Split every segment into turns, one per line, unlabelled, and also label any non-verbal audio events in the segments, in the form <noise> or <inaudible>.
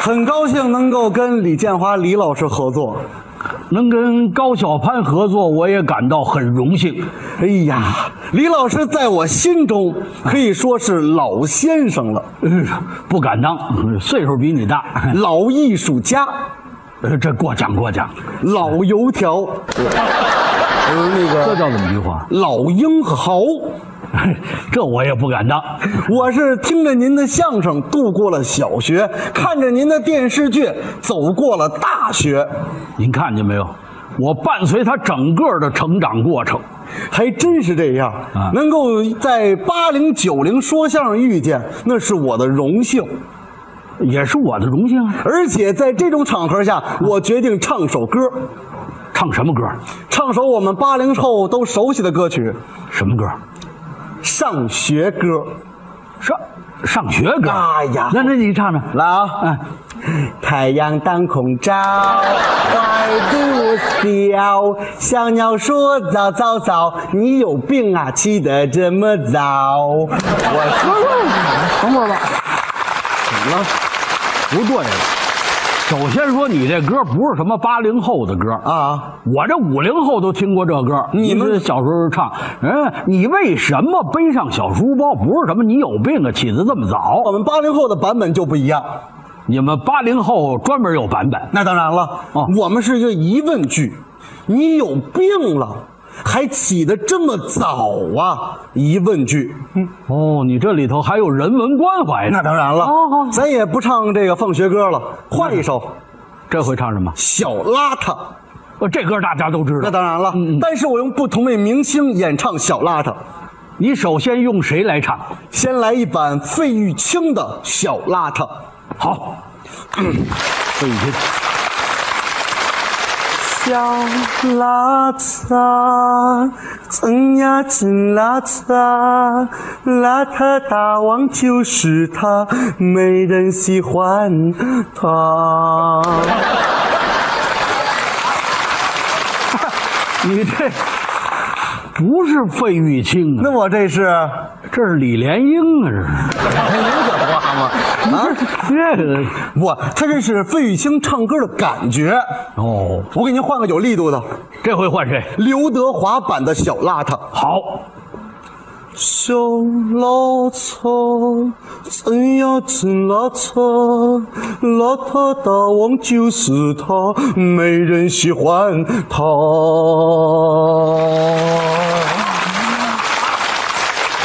很高兴能够跟李建华李老师合作。
能跟高晓攀合作，我也感到很荣幸。
哎呀，李老师在我心中可以说是老先生了，
嗯不敢当，岁数比你大，
老艺术家，
呃这过奖过奖。
老油条，那
这
个
叫怎么句话？
老英豪。
这我也不敢当。
我是听着您的相声度过了小学，看着您的电视剧走过了大学，
您看见没有？我伴随他整个的成长过程。
还真是这样。
啊
能够在八零九零说相声遇见，那是我的荣幸。
也是我的荣幸啊！
而且在这种场合下，我决定唱首歌，
唱什么歌？
唱首我们八零后都熟悉的歌曲
什么歌？
——上学歌。
上上学歌。
哎呀
那那你唱唱。
来啊！太阳当空照，怀肚子叫，小鸟说早早早，你有病啊，起得这么早。我说
等会儿吧。怎么了？不对了。首先说，你这歌不是什么八零后的歌啊。
啊，
我这五零后都听过这歌，
你们
是小时候唱，嗯，你为什么背上小书包？不是什么你有病啊，起得这么
我
早。
们八零后的版本就不一样。
你们八零后专门有版本，
那当然了，
哦
我们是一个疑问句，你有病了，还起得这么早啊？疑问句。
哦，你这里头还有人文关怀呢。
那当然了，
哦好
咱也不唱这个放学歌了，换一首《
这回唱什么？
小邋遢》。
呃这歌大家都知
那
道。
当然了，
嗯嗯
但是我用不同的明星演唱《小邋遢》，
你首先用谁来唱？
先来一版费玉清的《小邋遢》。 <clears throat>
好，费玉清。
小邋遢，真呀真邋遢，邋遢大王就是他，没人喜欢他。
你这不是费玉清啊，
<laughs> 那我这是
这是李莲英啊，这是。有这话吗？啊，这个
我，他这是费玉清唱歌的感觉。
<laughs> 哦，
我给您换个有力度的，
这回换谁？
刘德华版的小邋遢。
好，
小邋遢，真呀真邋遢，邋遢大王就是他，没人喜欢他。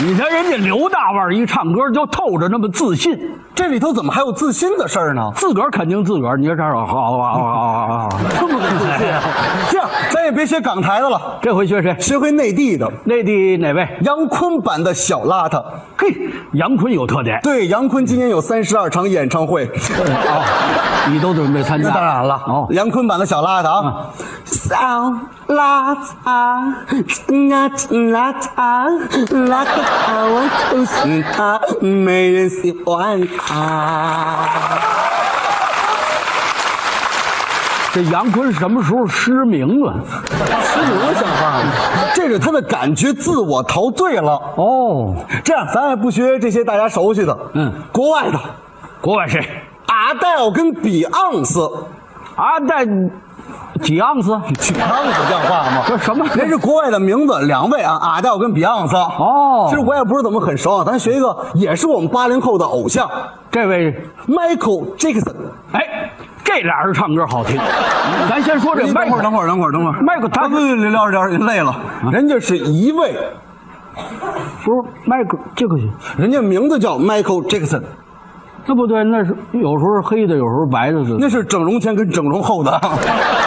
你瞧人家刘大腕儿一唱歌就透着那么自信，
这里头怎么还有自信的事儿呢？
自个儿肯定自个儿。你说这儿好好好好好好，这么个自信、
<laughs> 这样，咱也别学港台的了，
这回学谁？
学回内地的
内地哪位？
杨坤版的小邋遢。
嘿，杨坤有特点。
对，杨坤今年有三十二场演唱会。
哦，你都准备参加？
那当然了，
哦，
杨坤版的小邋遢啊，小邋遢，真呀真邋遢，邋遢大王就是他，没人喜欢他。
这杨坤什么时候失明了？
是我想法吗？这是他的感觉，自我陶醉了。
哦，
这样，咱也不学这些大家熟悉的，
嗯，
国外的
国外谁？
阿黛尔跟比昂斯，
啊，带几盎司？
比昂斯像话吗？
这什么？
<laughs> 那是国外的名字，两位啊，阿黛尔跟比昂斯。
哦
其实我也不是怎么很熟啊，咱学一个，也是我们八零后的偶像
这位，
Michael Jackson。
哎，这俩人唱歌好听。咱先说这
您
麦克，
会儿，等会儿，等会儿
麦克他啊
啊不不不聊着聊着累了。人家是一位，
不是麦克这个行。
人家名字叫 Michael Jackson，
那不对，那是有时候黑的，有时候白的。
那是整容前跟整容后的，啊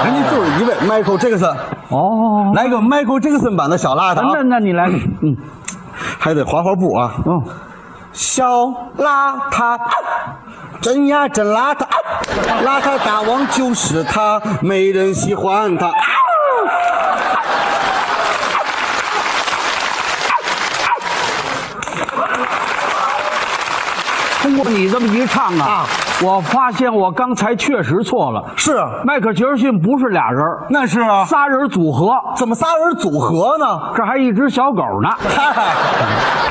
人家就是一位 Michael Jackson。
哦，
来个 Michael Jackson 版的小邋
那
遢，啊
那你 <clears throat> 来，嗯，
还得滑滑步啊。
哦，
小邋遢，真呀真邋遢，邋遢大王就是他，没人喜欢他。
通过你这么一唱啊，
啊
我发现我刚才确实错了。
是，
迈克尔·杰克逊不是俩人儿，
那是啊，
仨人组合，
怎么仨人组合呢？
这还一只小狗呢。
嗨，